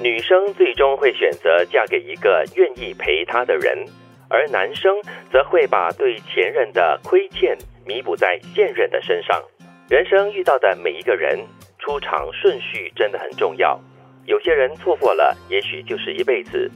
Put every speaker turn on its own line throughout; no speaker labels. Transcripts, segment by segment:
女生最终会选择嫁给一个愿意陪她的人，而男生则会把对前任的亏欠弥补在现任的身上。人生遇到的每一个人，出场顺序真的很重要。有些人错过了，也许就是一辈子；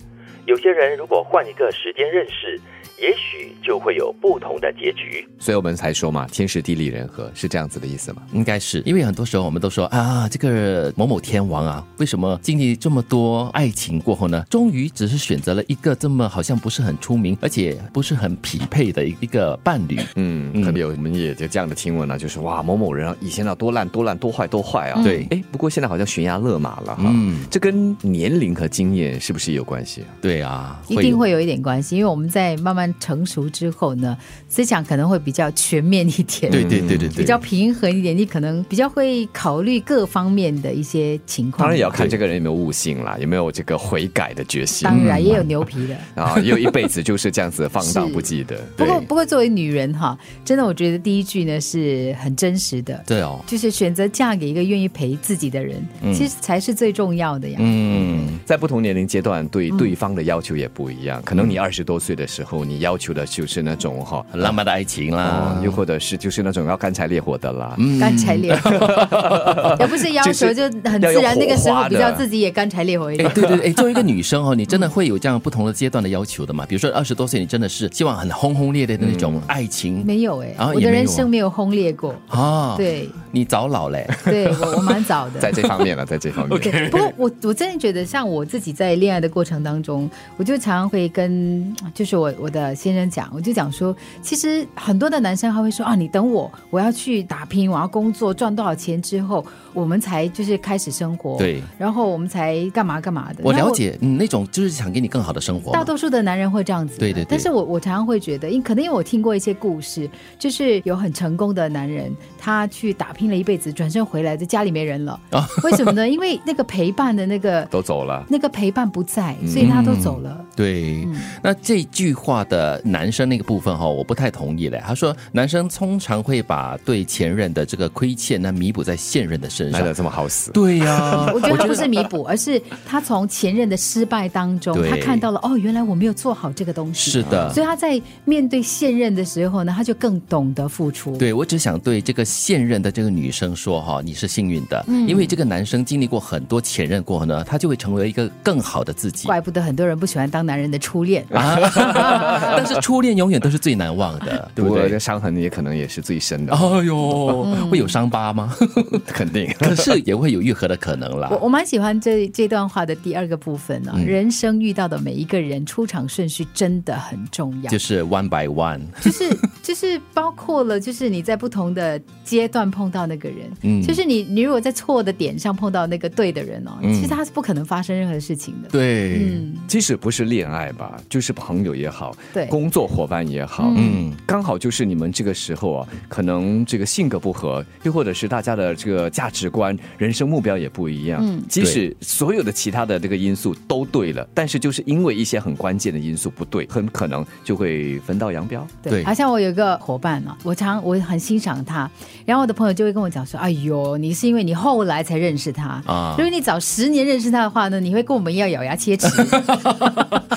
有些人如果换一个时间认识，也许就会有不同的结局。
所以我们才说嘛，啊天时地利人和是这样子的意思嘛。
应该是因为很多时候我们都说啊，这个某某天王啊，为什么经历这么多爱情过后呢，终于只是选择了一个这么好像不是很出名，而且不是很匹配的一个伴侣。
嗯，特别有我们也有这样的听闻啊，就是哇，某某人啊，以前啊多烂多烂多坏多坏啊。
对
哎，不过现在好像悬崖勒马了哈。
嗯，
这跟年龄和经验是不是也有关系啊？
对啊，
一定会有一点关系，因为我们在慢慢成熟之后呢，思想可能会比较全面一点，
对对对对对，
嗯比较平衡一点，你可能比较会考虑各方面的一些情况。
当然也要看这个人有没有悟性啦，有没有这个悔改的决心。
当然也有牛皮的。
啊，也有一辈子就是这样子放荡不羁 的。
不过，
对
不过作为女人哈，真的，我觉得第一句呢是很真实的，
对哦，
就是选择嫁给一个愿意陪自己的人，其实才是最重要的呀。
嗯，
在不同年龄阶段，对对方的要求也不一样。可能你二十多岁的时候，你要求的就是那种哈，
很浪漫的爱情啦
哦
啊，，又或者是就是那种要干柴烈火的啦。
干柴烈火，也不是要求，就很自然。那个时候比较自己也干柴烈火
哎
一点，，
对对对，哎，作为一个女生哦，你真的会有这样不同的阶段的要求的嘛？比如说二十多岁，你真的是希望很轰轰烈烈的那种爱情
嗯没有哎，
啊
我
也
的
没有啊
人生没有轰烈过。
啊，，
对，
你早老嘞，
对我我蛮早
在
的。
这方面了，在这方 面。
对，不过我我真的觉得，像我自己在恋爱的过程当中，我就常常会跟就是我我的先生讲，我就讲说，其实很多的男生他会说啊，你等我，我要去打拼，我要工作赚多少钱之后，我们才就是开始生活，
对，
然后我们才干嘛干嘛的。
我
哦然后
了解你那种就是想给你更好的生活嘛，
大多数的男人会这样子的，
对对对
但是我我常常会觉得，因可能因为我听过一些故事，就是有很成功的男人，他去打拼了一辈子，转身回来，在家里没人了。
啊
为什么呢？因为那个陪伴的 那个
都走了，
那个陪伴不在，
嗯
所以他都走了。
对，
嗯
那这句话的男生那个部分哈、我不太同意嘞。他说男生通常会把对前任的这个亏欠呢弥补在现任的身
来
上
的。这么好死。
嗯对呀、
我觉得他不是弥补，而是他从前任的失败当中，
对
他看到了哦，原来我没有做好这个东西。
是。的
所。以他在面对现任的时候呢，他就更懂得付出。
对，我只想对这个现任的这个女生说哈、你是幸运的，
嗯
因为这个男生经历过很多前任过后呢，他就会成为一个更好的自己。
怪不得很多人不喜欢当男人的初恋。
但是初恋永远都是最难忘的，对
不
不
过
对
这？伤痕也可能也是最深的，
哎呦，
嗯
会有伤疤吗？
肯定。
可是也会有愈合的可能啦
我。我蛮喜欢这这段话的第二个部分呢、啊
嗯
人生遇到的每一个人出场顺序真的很重
就
要，就是
one by one，
是就是包括了就是你在不同的阶段碰到那个人，
嗯
就是你你如果在错的点上碰到那个对的人哦，其实他是不可能发生任何事情的。
嗯对，
嗯，
即使不是恋爱吧，就是朋友也好，
对
工作伙伴也好，
嗯
刚好就是你们这个时候啊，可能这个性格不合，又或者是大家的这个价值观、人生目标也不一样。
嗯
即使所有的其他的这个因素都对了，但是就是因为一些很关键的因素不对，很可能就会分道扬镳。
对
好像我有一个伙伴呢、我常我很欣赏他，然后我的朋友就会跟我讲说：“哎呦，你是因为你后来才认识他
啊
如果你早十年认识他的话呢，你会跟我们一样咬牙切齿。”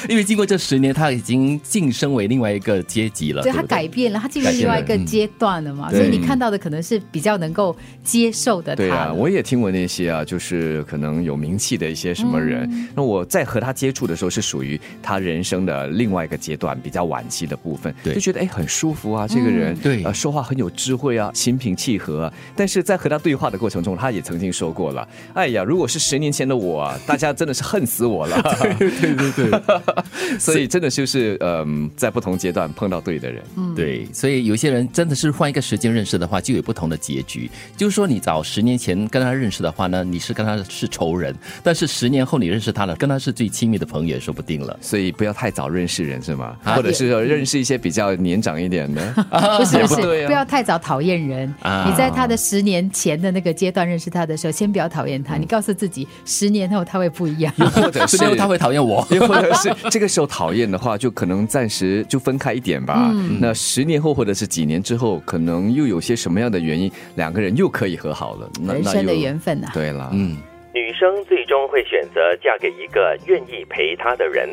因为经过这十年，他已经晋升为另外一个阶级了，
对
对
他
不
改
对？
变了，他进入另外一个阶段了嘛，
对
所以你看到的可能是比较能够接受的他
对
了。
啊，我也听闻那些啊，就是可能有名气的一些什么人，
嗯
那我在和他接触的时候，是属于他人生的另外一个阶段，比较晚期的部分，
对
就觉得哎很舒服啊，这个人、
对
呃，说话很有智慧啊，心平气和、啊。但是在和他对话的过程中，他也曾经说过了，哎呀，如果是十年前的我、啊，大家真的是恨死我了。 对对对对， 所以真的就是嗯、在不同阶段碰到对的人，
嗯
对，所以有些人真的是换一个时间认识的话，就有不同的结局。就是说，你早十年前跟他认识的话呢，你是跟他是仇人；但是十年后你认识他了，跟他是最亲密的朋友也说不定了。
所以不要太早认识人是吗？
啊
或者是说认识一些比较年长一点的。
不是
也
不是，
不对啊
不要太早讨厌人。
啊
你在他的十年前的那个阶段认识他的时候，先不要讨厌
嗯
他，你告诉自己，十年后他会不一样。
或者是
最后他会讨厌我。
又或者是这个时候讨厌的话，就可能暂时就分开一点吧。
嗯
那十年后或者是几年之后，可能又有些什么样的原因，两个人又可以和好了。那
人
那
生的
又
缘分呐、啊
对了，
嗯，
女女生最终会选择嫁给一个愿意陪她的人，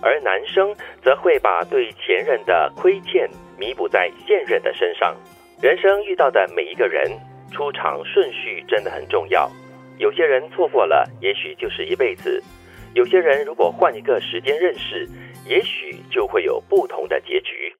而男生则会把对前任的亏欠弥补在现任的身上。人生遇到的每一个人，出场顺序真的很重要。有些人错过了，也许就是一辈子；有些人如果换一个时间认识，也许就会有不同的结局。